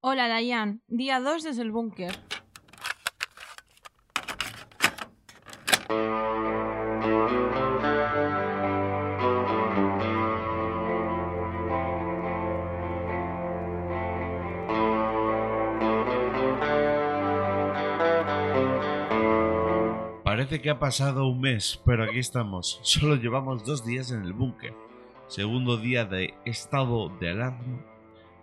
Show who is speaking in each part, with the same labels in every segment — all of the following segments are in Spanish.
Speaker 1: Hola, Dayan. Día 2 desde el búnker.
Speaker 2: Parece que ha pasado un mes, pero aquí estamos. Solo llevamos dos días en el búnker. Segundo día de estado de alarma.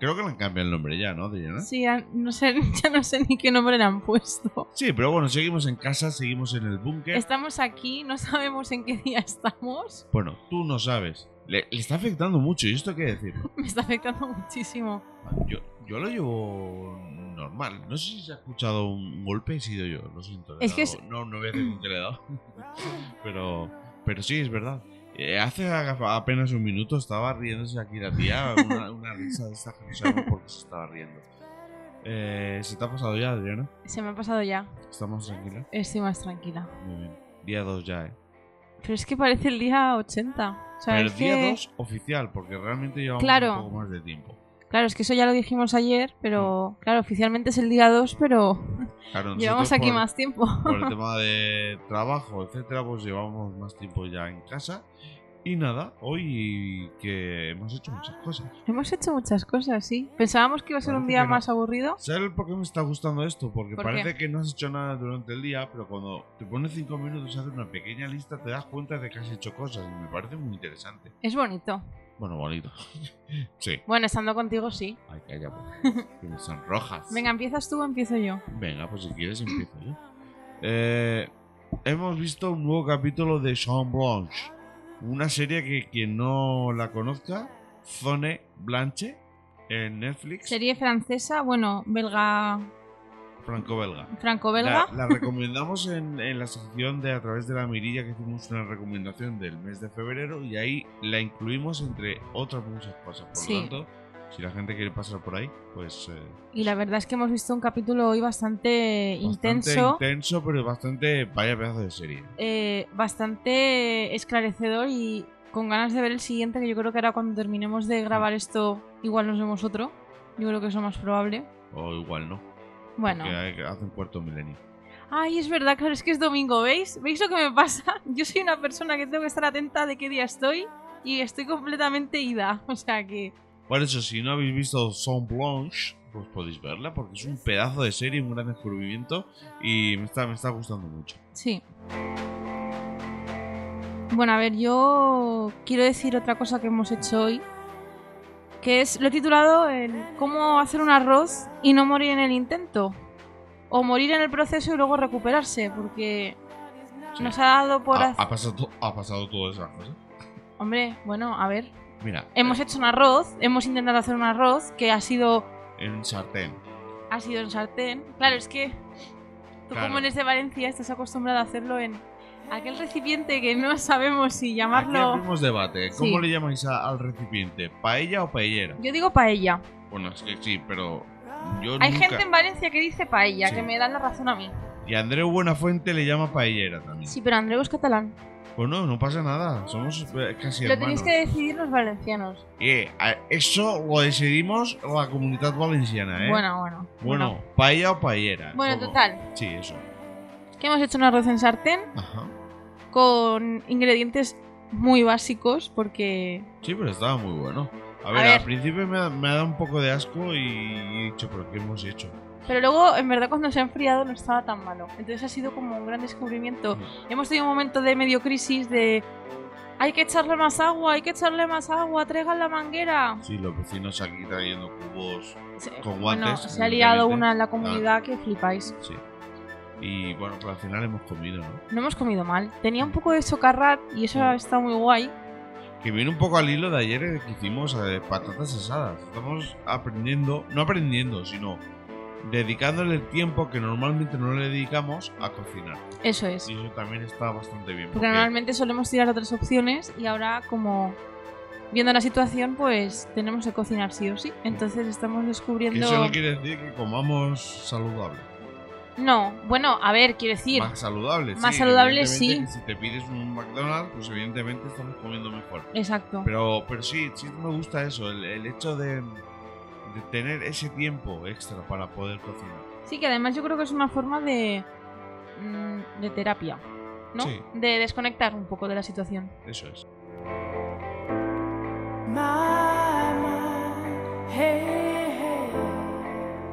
Speaker 2: Creo que le han cambiado el nombre ya, ¿no, Diana?
Speaker 1: Sí, ya no, sé, ya no sé ni qué nombre le han puesto.
Speaker 2: Sí, pero bueno, seguimos en casa, seguimos en el búnker.
Speaker 1: Estamos aquí, no sabemos en qué día estamos.
Speaker 2: Bueno, tú no sabes. Le, le está afectando mucho, ¿y esto hay que decir?
Speaker 1: Me está afectando muchísimo.
Speaker 2: Yo, yo lo llevo normal. No sé si se ha escuchado un golpe, he sido yo, lo siento. le he
Speaker 1: Es que
Speaker 2: dado-
Speaker 1: es-
Speaker 2: No, no voy a decir con qué le he dado. Pero, pero sí, es verdad. Eh, hace a- apenas un minuto estaba riéndose aquí la tía, una, una risa de esta que no sabemos por qué se estaba riendo. Eh, ¿Se te ha pasado ya, Adriana?
Speaker 1: Se me ha pasado ya.
Speaker 2: ¿Estamos tranquilos?
Speaker 1: Estoy más tranquila.
Speaker 2: Muy bien. Día 2 ya, ¿eh?
Speaker 1: Pero es que parece el día 80. O sea,
Speaker 2: Pero
Speaker 1: es que-
Speaker 2: día 2 oficial, porque realmente llevamos
Speaker 1: Claro.
Speaker 2: un poco más de tiempo.
Speaker 1: Claro, es que eso ya lo dijimos ayer,
Speaker 2: Mm.
Speaker 1: pero claro, oficialmente es el día 2, pero
Speaker 2: Claro,
Speaker 1: llevamos
Speaker 2: nosotros
Speaker 1: aquí
Speaker 2: por-
Speaker 1: más tiempo.
Speaker 2: por el tema de trabajo, etcétera, pues llevamos más tiempo ya en casa. Y nada, hoy que hemos hecho muchas cosas.
Speaker 1: Hemos hecho muchas cosas, sí. Pensábamos que iba a ser un
Speaker 2: Parece
Speaker 1: día
Speaker 2: que no.
Speaker 1: más aburrido.
Speaker 2: ¿Sabes por qué me está gustando esto? Porque
Speaker 1: ¿Por
Speaker 2: parece que no has hecho nada durante el día, pero cuando te pones cinco minutos a hacer una pequeña lista, te das cuenta de que has hecho cosas. Y me parece muy interesante.
Speaker 1: Es bonito.
Speaker 2: Bueno, bonito. sí.
Speaker 1: Bueno, estando contigo, sí.
Speaker 2: Ay, calla, pues. que me sonrojas.
Speaker 1: Venga, ¿empiezas tú o empiezo yo?
Speaker 2: Venga, pues si quieres empiezo yo. Eh, hemos visto un nuevo capítulo de Sean Blanche. Una serie que quien no la conozca, Zone Blanche, en Netflix,
Speaker 1: Serie francesa, bueno, belga,
Speaker 2: franco-belga.
Speaker 1: franco-belga.
Speaker 2: La, la recomendamos en, en la sección de A través de la mirilla que hicimos una recomendación del mes de febrero y ahí la incluimos entre otras muchas cosas. Por
Speaker 1: Sí.
Speaker 2: lo tanto, si la gente quiere pasar por ahí, pues... eh,
Speaker 1: Y la verdad es que hemos visto un capítulo hoy bastante,
Speaker 2: bastante
Speaker 1: intenso,
Speaker 2: intenso, pero bastante... Vaya pedazo de serie.
Speaker 1: eh, bastante esclarecedor y con ganas de ver el siguiente, que yo creo que ahora cuando terminemos de grabar esto, igual nos vemos otro. Yo creo que es lo más probable.
Speaker 2: O igual no.
Speaker 1: Bueno.
Speaker 2: Que hay- que hacen cuarto milenio.
Speaker 1: Ay, es verdad, claro, es que es domingo, ¿veis? ¿Veis lo que me pasa? Yo soy una persona que tengo que estar atenta de qué día estoy y estoy completamente ida. O sea que...
Speaker 2: Por eso, si no habéis visto Son Blanche, pues podéis verla, porque es un pedazo de serie, un gran descubrimiento y me está, me está gustando mucho.
Speaker 1: Sí. Bueno, a ver, yo quiero decir otra cosa que hemos hecho hoy, que es, lo he titulado el cómo hacer un arroz y no morir en el intento, o morir en el proceso y luego recuperarse, porque
Speaker 2: Sí. Ah,
Speaker 1: nos ha dado por...
Speaker 2: ha,
Speaker 1: hacer-
Speaker 2: ha pasado, to- ha pasado todas esas cosas.
Speaker 1: Hombre, bueno, a ver,
Speaker 2: Mira,
Speaker 1: hemos hecho un arroz, hemos intentado hacer un arroz que ha sido,
Speaker 2: eh, en un sartén.
Speaker 1: ha sido en sartén, claro, es que tú
Speaker 2: Claro.
Speaker 1: como eres de Valencia estás acostumbrado a hacerlo en aquel recipiente que no sabemos si
Speaker 2: Aquí
Speaker 1: llamarlo...
Speaker 2: abrimos debate. ¿Cómo
Speaker 1: Sí.
Speaker 2: le llamáis a- al recipiente? ¿Paella o paellera?
Speaker 1: Yo digo paella.
Speaker 2: Bueno, es que sí, pero yo
Speaker 1: Hay
Speaker 2: nunca...
Speaker 1: gente en Valencia que dice paella,
Speaker 2: Sí.
Speaker 1: que me dan la razón a mí.
Speaker 2: Y Andreu Buenafuente le llama paellera también.
Speaker 1: Sí, pero Andreu es catalán.
Speaker 2: Pues no, no pasa nada. Somos eh, casi
Speaker 1: Lo tenéis
Speaker 2: hermanos.
Speaker 1: que decidir los valencianos.
Speaker 2: Eh, a- eso lo decidimos la comunidad valenciana, ¿eh?
Speaker 1: Bueno, bueno.
Speaker 2: Bueno, paella o paellera.
Speaker 1: Bueno,
Speaker 2: ¿cómo?
Speaker 1: total.
Speaker 2: Sí, eso.
Speaker 1: Que hemos hecho un arroz en sartén
Speaker 2: Ajá.
Speaker 1: con ingredientes muy básicos porque...
Speaker 2: Sí, pero estaba muy bueno. A ver,
Speaker 1: ver.
Speaker 2: al principio me ha, me ha dado un poco de asco y he dicho, ¿pero qué hemos hecho?
Speaker 1: Pero luego, en verdad, cuando se ha enfriado no estaba tan malo. Entonces ha sido como un gran descubrimiento. Hemos tenido un momento de medio crisis de... Hay que echarle más agua, hay que echarle más agua, traigan la manguera.
Speaker 2: Sí, los vecinos aquí trayendo cubos.
Speaker 1: Se-
Speaker 2: Con
Speaker 1: bueno,
Speaker 2: guantes,
Speaker 1: se ha liado
Speaker 2: evidentemente. Ah.
Speaker 1: una en la comunidad que flipáis.
Speaker 2: Sí. Y bueno, pero al final hemos comido, ¿no?
Speaker 1: No hemos comido mal. Tenía un poco de socarrat y eso
Speaker 2: Mm.
Speaker 1: ha estado muy guay.
Speaker 2: Que viene un poco al hilo de ayer eh, que hicimos eh, patatas asadas. Estamos aprendiendo, no aprendiendo, sino dedicándole el tiempo que normalmente no le dedicamos a cocinar.
Speaker 1: Eso es.
Speaker 2: Y eso también está bastante bien.
Speaker 1: Porque normalmente solemos tirar otras opciones y ahora como viendo la situación pues tenemos que cocinar sí o sí. Entonces estamos
Speaker 2: que
Speaker 1: descubriendo...
Speaker 2: eso no quiere decir que comamos saludable.
Speaker 1: No, bueno, a ver, quiero decir...
Speaker 2: Más saludable,
Speaker 1: Más
Speaker 2: sí.
Speaker 1: saludable,
Speaker 2: evidentemente
Speaker 1: sí.
Speaker 2: que Si te pides un McDonald's, pues evidentemente estamos comiendo mejor.
Speaker 1: Exacto.
Speaker 2: Pero, pero sí, sí me gusta eso, el, el hecho de, de tener ese tiempo extra para poder cocinar.
Speaker 1: Sí, que además yo creo que es una forma de, mm, de terapia, ¿no?
Speaker 2: Sí.
Speaker 1: De desconectar un poco de la situación.
Speaker 2: Eso es.
Speaker 3: My mind, hey, hey.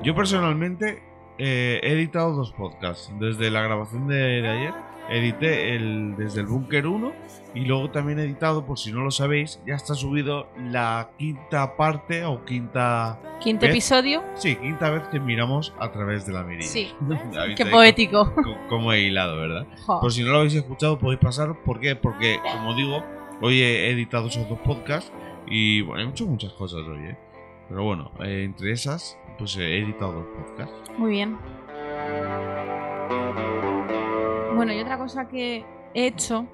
Speaker 2: Yo personalmente eh, he editado dos podcasts. Desde la grabación de, de ayer, edité el desde el Búnker 1 y luego también he editado, por si no lo sabéis, ya está subido la quinta parte o quinta...
Speaker 1: Quinto
Speaker 2: ¿Ves?
Speaker 1: episodio.
Speaker 2: Sí, quinta vez que miramos a través de la mirilla.
Speaker 1: Sí.
Speaker 2: Habéis
Speaker 1: Qué
Speaker 2: ahí
Speaker 1: poético.
Speaker 2: co- co- Como he hilado, ¿verdad?
Speaker 1: Jo.
Speaker 2: Por si no lo habéis escuchado, podéis pasar. ¿Por qué? Porque, como digo, hoy he editado esos dos podcasts y bueno, he hecho muchas cosas hoy, ¿eh? Pero bueno, eh, entre esas, pues eh, he editado dos podcasts.
Speaker 1: Muy bien. Bueno, y otra cosa que he hecho,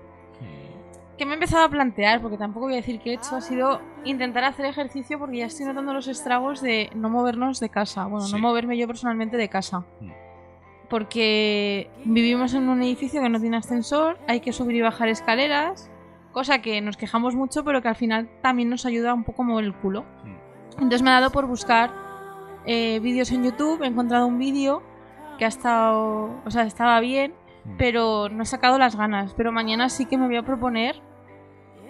Speaker 1: que me he empezado a plantear, porque tampoco voy a decir que he hecho, ha sido intentar hacer ejercicio porque ya estoy notando los estragos de no movernos de casa. Bueno, no
Speaker 2: Sí.
Speaker 1: moverme yo personalmente de casa.
Speaker 2: Mm.
Speaker 1: Porque vivimos en un edificio que no tiene ascensor, hay que subir y bajar escaleras, cosa que nos quejamos mucho, pero que al final también nos ayuda un poco a mover el culo.
Speaker 2: Mm.
Speaker 1: Entonces me ha dado por buscar eh, vídeos en YouTube, he encontrado un vídeo que ha estado, o sea, estaba bien,
Speaker 2: Mm.
Speaker 1: pero no he sacado las ganas. Pero mañana sí que me voy a proponer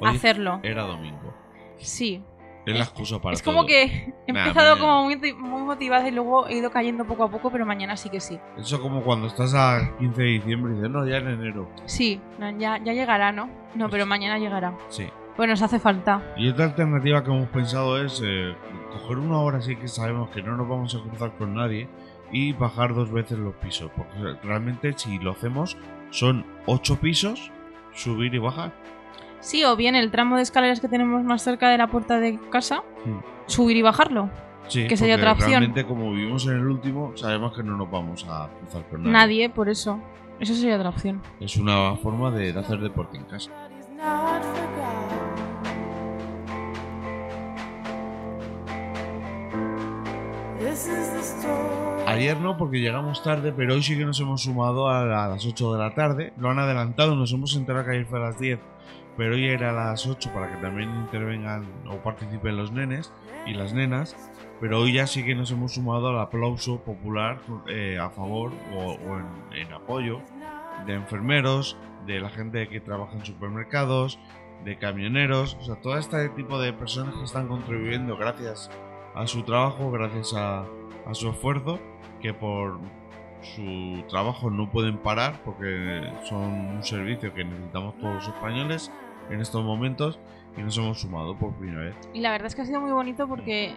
Speaker 2: Hoy
Speaker 1: hacerlo.
Speaker 2: era domingo.
Speaker 1: Sí.
Speaker 2: Es la excusa para
Speaker 1: es como
Speaker 2: todo.
Speaker 1: que he
Speaker 2: Nah,
Speaker 1: empezado
Speaker 2: mañana.
Speaker 1: como muy, ti- muy motivada y luego he ido cayendo poco a poco, pero mañana sí que sí.
Speaker 2: Eso como cuando estás a 15 de diciembre y dices, no, ya en enero.
Speaker 1: Sí, no, ya, ya llegará, ¿no? No, pero mañana llegará.
Speaker 2: Sí.
Speaker 1: Bueno, nos hace falta.
Speaker 2: Y otra alternativa que hemos pensado es eh, coger una hora así que sabemos que no nos vamos a cruzar con nadie y bajar dos veces los pisos. Porque o sea, realmente si lo hacemos son ocho pisos, subir y bajar.
Speaker 1: Sí, o bien el tramo de escaleras que tenemos más cerca de la puerta de casa,
Speaker 2: Mm.
Speaker 1: subir y bajarlo.
Speaker 2: Sí,
Speaker 1: Que sería
Speaker 2: porque
Speaker 1: otra opción.
Speaker 2: Realmente como vivimos en el último, sabemos que no nos vamos a cruzar con nadie.
Speaker 1: Nadie, por eso. Eso sería otra opción.
Speaker 2: Es una forma de, de hacer deporte en casa.
Speaker 3: But it's not forgotten. This is the story.
Speaker 2: Ayer no, porque llegamos tarde, pero hoy sí que nos hemos sumado a, la- a las 8 de la tarde. Lo han adelantado, nos hemos enterado que ayer fue a las 10, pero hoy era a las 8 para que también intervengan o participen los nenes y las nenas. Pero hoy ya sí que nos hemos sumado al aplauso popular eh, a favor o, o en, en apoyo de enfermeros, de la gente que trabaja en supermercados, de camioneros, o sea, todo este tipo de personas que están contribuyendo gracias a su trabajo, gracias a, a su esfuerzo, que por su trabajo no pueden parar porque son un servicio que necesitamos todos los españoles en estos momentos y nos hemos sumado por primera vez.
Speaker 1: Y la verdad es que ha sido muy bonito porque,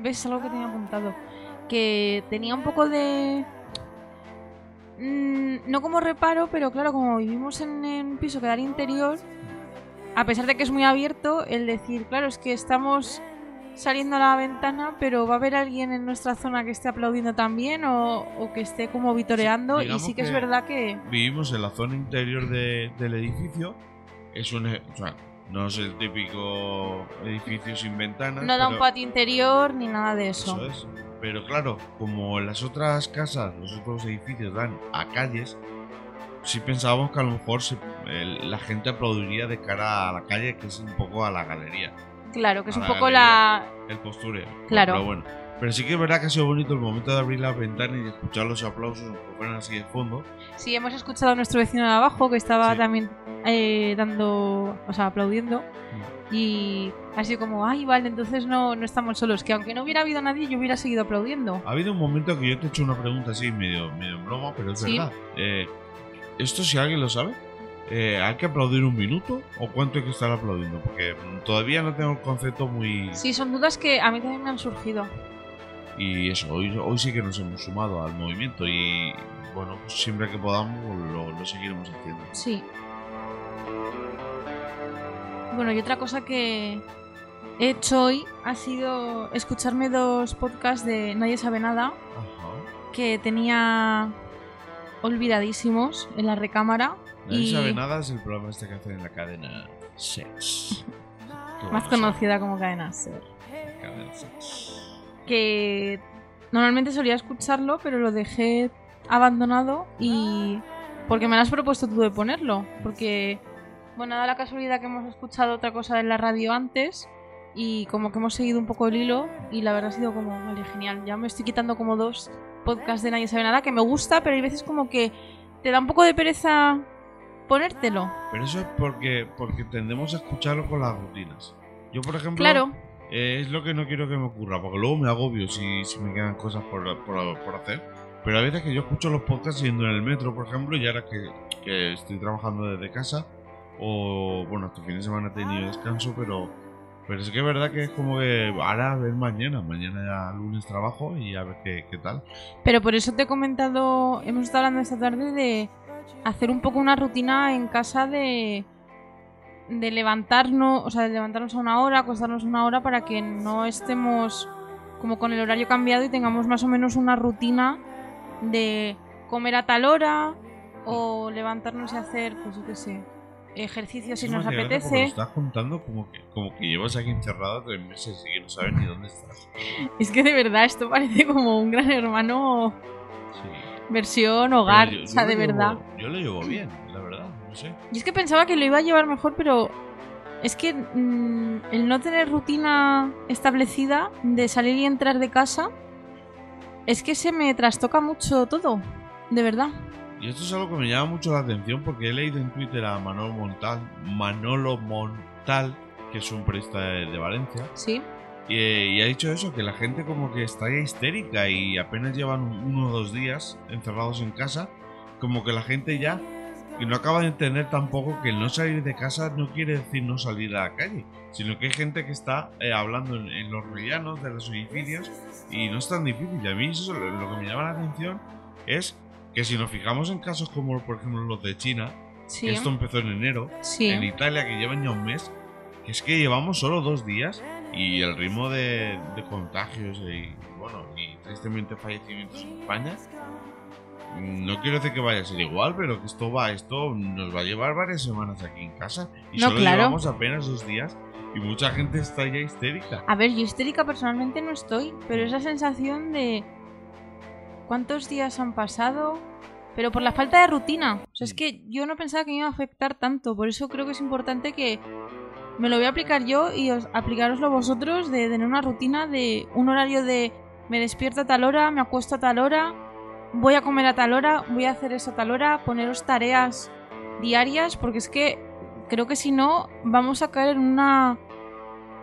Speaker 1: ves, es algo que tenía apuntado, que tenía un poco de... mm, no como reparo, pero claro, como vivimos en un piso que da al interior, a pesar de que es muy abierto, el decir, claro, es que estamos saliendo a la ventana, pero va a haber alguien en nuestra zona que esté aplaudiendo también o, o que esté como vitoreando. y
Speaker 2: digamos
Speaker 1: sí que, es
Speaker 2: que-
Speaker 1: verdad que...
Speaker 2: Vivimos en la zona interior de- del edificio, es un... e- o sea, no es el típico edificio sin ventanas.
Speaker 1: No da un
Speaker 2: pero-
Speaker 1: patio interior ni nada de
Speaker 2: Eso es. Pero claro, como las otras casas, los otros edificios dan a calles, sí pensábamos que a lo mejor se- el- la gente aplaudiría de cara a la calle, que es un poco a la galería,
Speaker 1: Claro, que es
Speaker 2: A
Speaker 1: un
Speaker 2: la
Speaker 1: poco la...
Speaker 2: el postureo.
Speaker 1: Claro.
Speaker 2: Pero bueno. Pero sí que es verdad que ha sido bonito el momento de abrir las ventanas y escuchar los aplausos, aunque fueran así de fondo.
Speaker 1: Sí, hemos escuchado a nuestro vecino de abajo que estaba
Speaker 2: Sí.
Speaker 1: también eh, dando, o sea, aplaudiendo.
Speaker 2: Mm.
Speaker 1: Y ha sido como, ay, vale, entonces no, no estamos solos. Que aunque no hubiera habido nadie, yo hubiera seguido aplaudiendo.
Speaker 2: Ha habido un momento que yo te he hecho una pregunta así, medio, medio en broma, pero es
Speaker 1: Sí.
Speaker 2: verdad. Eh, esto, si alguien lo sabe, eh, ¿hay que aplaudir un minuto o cuánto hay que estar aplaudiendo? Porque mm, todavía no tengo el concepto muy.
Speaker 1: Sí, son dudas que a mí también me han surgido.
Speaker 2: Y eso, hoy, hoy sí que nos hemos sumado al movimiento y bueno, pues siempre que podamos lo, lo seguiremos haciendo.
Speaker 1: Sí. Bueno, y otra cosa que he hecho hoy ha sido escucharme dos podcasts de Nadie sabe nada
Speaker 2: Ajá.
Speaker 1: que tenía olvidadísimos en la recámara.
Speaker 2: Nadie
Speaker 1: Y-
Speaker 2: sabe nada es el programa este que hacen en la cadena Sex. Qué
Speaker 1: más
Speaker 2: bueno,
Speaker 1: conocida como Cadena Ser.
Speaker 2: sí, cadena Sex.
Speaker 1: Que normalmente solía escucharlo, pero lo dejé abandonado y porque me lo has propuesto tú de ponerlo, porque bueno, da la casualidad que hemos escuchado otra cosa en la radio antes y como que hemos seguido un poco el hilo y la verdad ha sido como, vale, genial. Ya me estoy quitando como dos podcasts de Nadie sabe nada que me gusta, pero hay veces como que te da un poco de pereza ponértelo.
Speaker 2: Pero eso es porque, porque tendemos a escucharlo con las rutinas. Yo, por ejemplo,
Speaker 1: Claro,
Speaker 2: eh, es lo que no quiero que me ocurra, porque luego me agobio si, si me quedan cosas por, por- por hacer. Pero a veces que yo escucho los podcasts yendo en el metro, por ejemplo, y ahora que, que estoy trabajando desde casa, o bueno, este fin de semana he tenido descanso, pero, pero es que es verdad que es como que ahora a ver mañana, mañana ya lunes trabajo y a ver qué, qué tal.
Speaker 1: pero por eso te he comentado, hemos estado hablando esta tarde de hacer un poco una rutina en casa de de levantarnos, o sea, de levantarnos a una hora, acostarnos a una hora para que no estemos como con el horario cambiado y tengamos más o menos una rutina de comer a tal hora o levantarnos y hacer, pues yo qué sé, ejercicio si
Speaker 2: Es que me
Speaker 1: nos
Speaker 2: hace gracia porque Lo
Speaker 1: apetece.
Speaker 2: estás contando como que, como que llevas aquí encerrada tres meses y que no sabes ni dónde estás.
Speaker 1: Es que de verdad esto parece como un gran hermano
Speaker 2: Sí.
Speaker 1: versión hogar,
Speaker 2: Pero yo-
Speaker 1: o sea,
Speaker 2: yo
Speaker 1: de
Speaker 2: lo llevo-
Speaker 1: verdad.
Speaker 2: Yo lo llevo bien, la verdad, no sé.
Speaker 1: Yo es que pensaba que lo iba a llevar mejor, pero es que mm, el no tener rutina establecida de salir y entrar de casa es que se me trastoca mucho todo, de verdad.
Speaker 2: Y esto es algo que me llama mucho la atención porque he leído en Twitter a Manolo Montal, Manolo Montal, que es un periodista de, de Valencia,
Speaker 1: Sí,
Speaker 2: y, eh, y ha dicho eso, que la gente como que está ya histérica y apenas llevan un- uno o dos días encerrados en casa, como que la gente ya y no acaba de entender tampoco que el no salir de casa no quiere decir no salir a la calle, sino que hay gente que está eh, hablando en, en los medianos de los edificios y no es tan difícil. Y a mí eso, lo lo que me llama la atención es que si nos fijamos en casos como por ejemplo los de China,
Speaker 1: sí,
Speaker 2: que esto empezó en enero,
Speaker 1: sí.
Speaker 2: en Italia que llevan ya un mes, que es que llevamos solo dos días y el ritmo de, de contagios y bueno, y tristemente fallecimientos en España, no quiero decir que vaya a ser igual, pero que esto va, esto nos va a llevar varias semanas aquí en casa y
Speaker 1: No,
Speaker 2: solo
Speaker 1: claro.
Speaker 2: llevamos apenas dos días y mucha gente está ya histérica.
Speaker 1: A ver, yo histérica personalmente no estoy, pero esa sensación de cuántos días han pasado, pero por la falta de rutina. O sea, es que yo no pensaba que me iba a afectar tanto, por eso creo que es importante que me lo voy a aplicar yo y os, aplicároslo vosotros de tener una rutina de un horario de me despierto a tal hora, me acuesto a tal hora, voy a comer a tal hora, voy a hacer eso a tal hora, poneros tareas diarias, porque es que creo que si no vamos a caer en una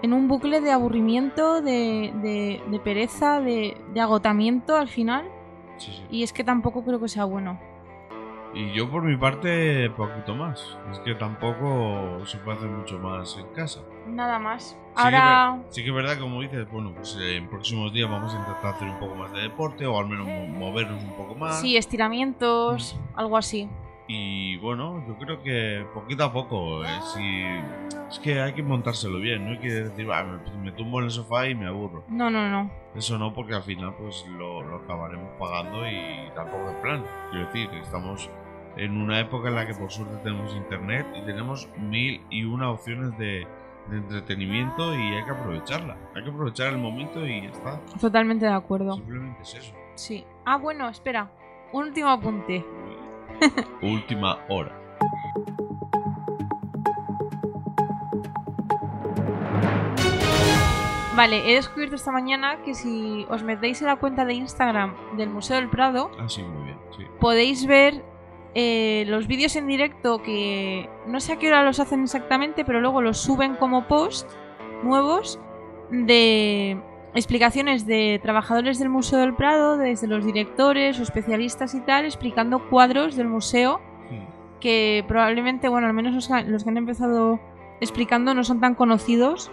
Speaker 1: en un bucle de aburrimiento, de, de- de pereza, de, de agotamiento al final.
Speaker 2: Sí, sí.
Speaker 1: Y es que tampoco creo que sea bueno.
Speaker 2: Y yo por mi parte, poquito más. Es que tampoco se puede hacer mucho más en casa.
Speaker 1: Nada más.
Speaker 2: Sí que
Speaker 1: Ahora,
Speaker 2: ver- sí que es verdad, como dices, bueno, pues eh, en próximos días vamos a intentar hacer un poco más de deporte o al menos mo- movernos un poco más.
Speaker 1: sí, estiramientos, algo así.
Speaker 2: Y bueno, yo creo que poquito a poco, eh, si- es que hay que montárselo bien, no hay que decir, "Ah, me, me tumbo en el sofá y me aburro.
Speaker 1: No, no, no.
Speaker 2: Eso no, porque al final pues lo, lo acabaremos pagando y tampoco es plan. Quiero decir, estamos en una época en la que por suerte tenemos internet y tenemos mil y una opciones de, de entretenimiento y hay que aprovecharla. Hay que aprovechar el momento y ya está.
Speaker 1: Totalmente de acuerdo.
Speaker 2: Simplemente es eso.
Speaker 1: Sí. Ah, bueno, espera. Un último apunte.
Speaker 2: Última hora.
Speaker 1: Vale, he descubierto esta mañana que si os metéis en la cuenta de Instagram del Museo del Prado,
Speaker 2: Ah, sí, muy bien. Sí.
Speaker 1: podéis ver eh, los vídeos en directo que no sé a qué hora los hacen exactamente, pero luego los suben como post nuevos de explicaciones de trabajadores del Museo del Prado, desde los directores o especialistas y tal, explicando cuadros del museo
Speaker 2: Sí.
Speaker 1: que probablemente, bueno, al menos los que, los que han empezado explicando no son tan conocidos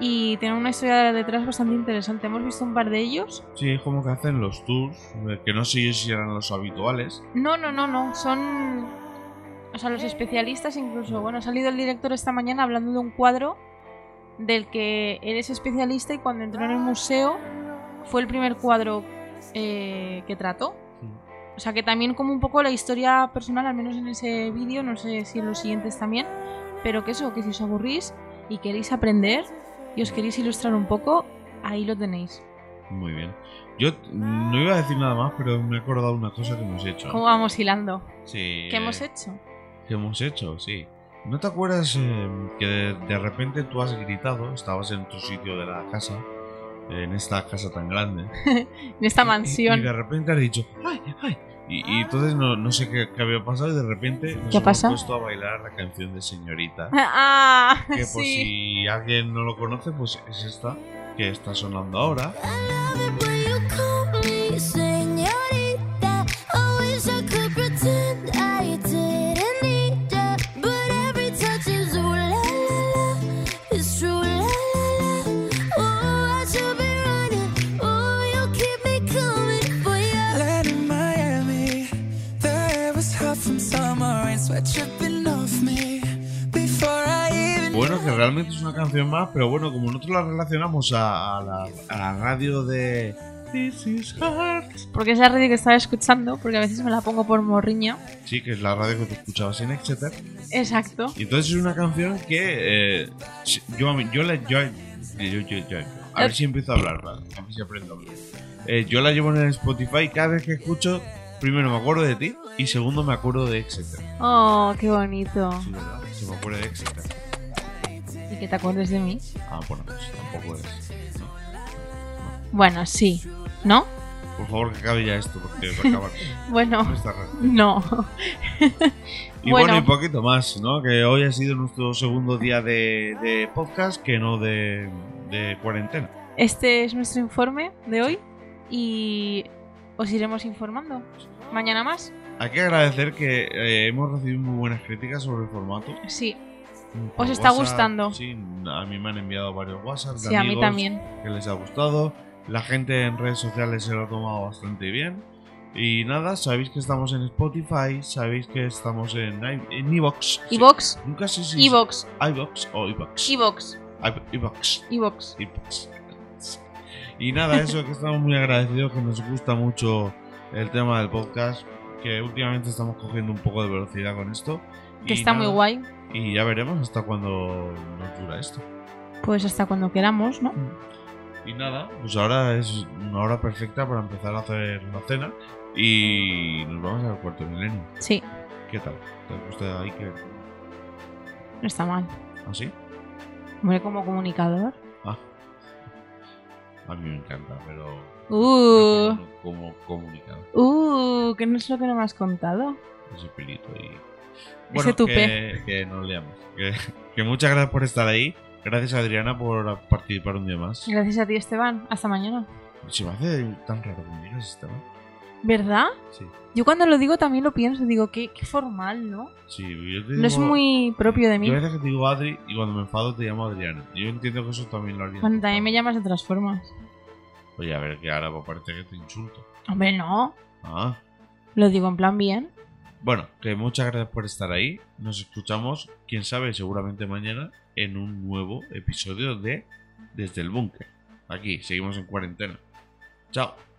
Speaker 1: y tienen una historia detrás bastante interesante. Hemos visto un par de ellos.
Speaker 2: Sí, es como que hacen los tours, eh, que no sé yo si eran los habituales.
Speaker 1: No, no, no, no. Son. O sea, los especialistas incluso. Bueno, ha salido el director esta mañana hablando de un cuadro del que él es especialista y cuando entró en el museo fue el primer cuadro eh, que trató.
Speaker 2: Sí.
Speaker 1: O sea, que también como un poco la historia personal, al menos en ese vídeo, no sé si en los siguientes también, pero que eso, que si os aburrís y queréis aprender y os queréis ilustrar un poco, ahí lo tenéis.
Speaker 2: Muy bien. Yo mm, no iba a decir nada más, pero me he acordado una cosa que hemos hecho.
Speaker 1: ¿Cómo vamos hilando?
Speaker 2: Sí,
Speaker 1: ¿Qué hemos
Speaker 2: eh,
Speaker 1: hecho?
Speaker 2: que hemos hecho, sí. ¿No te acuerdas eh, que de, de repente tú has gritado? Estabas en otro sitio de la casa, en esta casa tan grande.
Speaker 1: En esta
Speaker 2: Y
Speaker 1: mansión.
Speaker 2: de repente has dicho, ¡ay, ay! Y, y entonces no, no sé qué, qué había pasado y de repente nos
Speaker 1: ¿Qué
Speaker 2: hemos
Speaker 1: pasa?
Speaker 2: puesto a bailar la canción de Señorita.
Speaker 1: Ah,
Speaker 2: Que por
Speaker 1: sí.
Speaker 2: si alguien no lo conoce, pues es esta que está sonando ahora.
Speaker 4: Land in Miami, the air was hot from summer rain, sweat dripping off me. Before I even
Speaker 2: Bueno, que realmente es una canción más, pero bueno, como nosotros la relacionamos a, a la, a la radio de This is Heart.
Speaker 1: Porque es la radio que estaba escuchando, porque a veces me la pongo por morriña.
Speaker 2: Sí, que es la radio que tú escuchabas en Exeter.
Speaker 1: Exacto.
Speaker 2: Y entonces es una canción que eh, si- yo, a mí- yo la yo, yo- yo- yo- a ver si empiezo a hablar, ¿vale? a ver si aprendo a hablar. Eh, yo la llevo en el Spotify cada vez que escucho, primero me acuerdo de ti y segundo me acuerdo de Exeter.
Speaker 1: Oh, qué bonito.
Speaker 2: Sí, ¿verdad? Se me acuerda de Exeter.
Speaker 1: Y que te acuerdes de mí.
Speaker 2: Ah, bueno, pues tampoco es. ¿no?
Speaker 1: Bueno, sí. ¿No?
Speaker 2: Por favor, que acabe ya esto, porque va a acabar.
Speaker 1: Bueno,
Speaker 2: Esta red.
Speaker 1: no.
Speaker 2: Y bueno,
Speaker 1: Bueno.
Speaker 2: y poquito más, ¿no? Que hoy ha sido nuestro segundo día de, de podcast, que no de, de cuarentena.
Speaker 1: Este es nuestro informe de hoy y os iremos informando. ¿Mañana más?
Speaker 2: Hay que agradecer que eh, hemos recibido muy buenas críticas sobre el formato.
Speaker 1: Sí,
Speaker 2: Por
Speaker 1: está gustando?
Speaker 2: Sí, a mí me han enviado varios WhatsApp.
Speaker 1: sí, a mí también.
Speaker 2: Que les ha gustado. La gente en redes sociales se lo ha tomado bastante bien. Y nada, sabéis que estamos en Spotify, sabéis que estamos en, i- en iVoox. Sí,
Speaker 1: Evox,
Speaker 2: Nunca sé si es
Speaker 1: Evox,
Speaker 2: iVoox o iVoox.
Speaker 1: Evox,
Speaker 2: iV- iVoox.
Speaker 1: Evox.
Speaker 2: Y, pues, y nada, eso que estamos muy agradecidos, que nos gusta mucho el tema del podcast, que últimamente estamos cogiendo un poco de velocidad con esto.
Speaker 1: Que
Speaker 2: y
Speaker 1: está
Speaker 2: nada,
Speaker 1: muy guay.
Speaker 2: Y ya veremos hasta cuándo nos dura esto.
Speaker 1: Pues hasta cuando queramos, ¿no?
Speaker 2: Y nada, pues ahora es una hora perfecta para empezar a hacer una cena y nos vamos al cuarto milenio.
Speaker 1: Sí,
Speaker 2: ¿Qué tal? ¿Te gusta ahí que...
Speaker 1: no está mal.
Speaker 2: ¿Así?
Speaker 1: Hombre, como comunicador.
Speaker 2: Ah. A mí me encanta, pero...
Speaker 1: Uh,
Speaker 2: pero Como, como comunicador.
Speaker 1: uh, que no es lo que no me has contado.
Speaker 2: ese pelito y
Speaker 1: Ese tupe.
Speaker 2: Que, que nos leamos que, que muchas gracias por estar ahí gracias Adriana por participar un día más
Speaker 1: Gracias a ti, Esteban. Hasta mañana.
Speaker 2: se me hace tan raro que me digas esto, ¿no?
Speaker 1: ¿Verdad?
Speaker 2: sí
Speaker 1: Yo cuando lo digo también lo pienso, digo, qué, qué formal, ¿no?
Speaker 2: sí yo te
Speaker 1: No es
Speaker 2: digo-
Speaker 1: muy propio de mí.
Speaker 2: yo a veces que te digo Adri y cuando me enfado te llamo Adriana yo entiendo que eso también lo haría
Speaker 1: Cuando también me llamas de otras formas.
Speaker 2: oye a ver que ahora parece que te insulto
Speaker 1: Hombre, no.
Speaker 2: ah
Speaker 1: Lo digo en plan bien.
Speaker 2: bueno que muchas gracias por estar ahí nos escuchamos quién sabe seguramente mañana en un nuevo episodio de Desde el Búnker aquí seguimos en cuarentena chao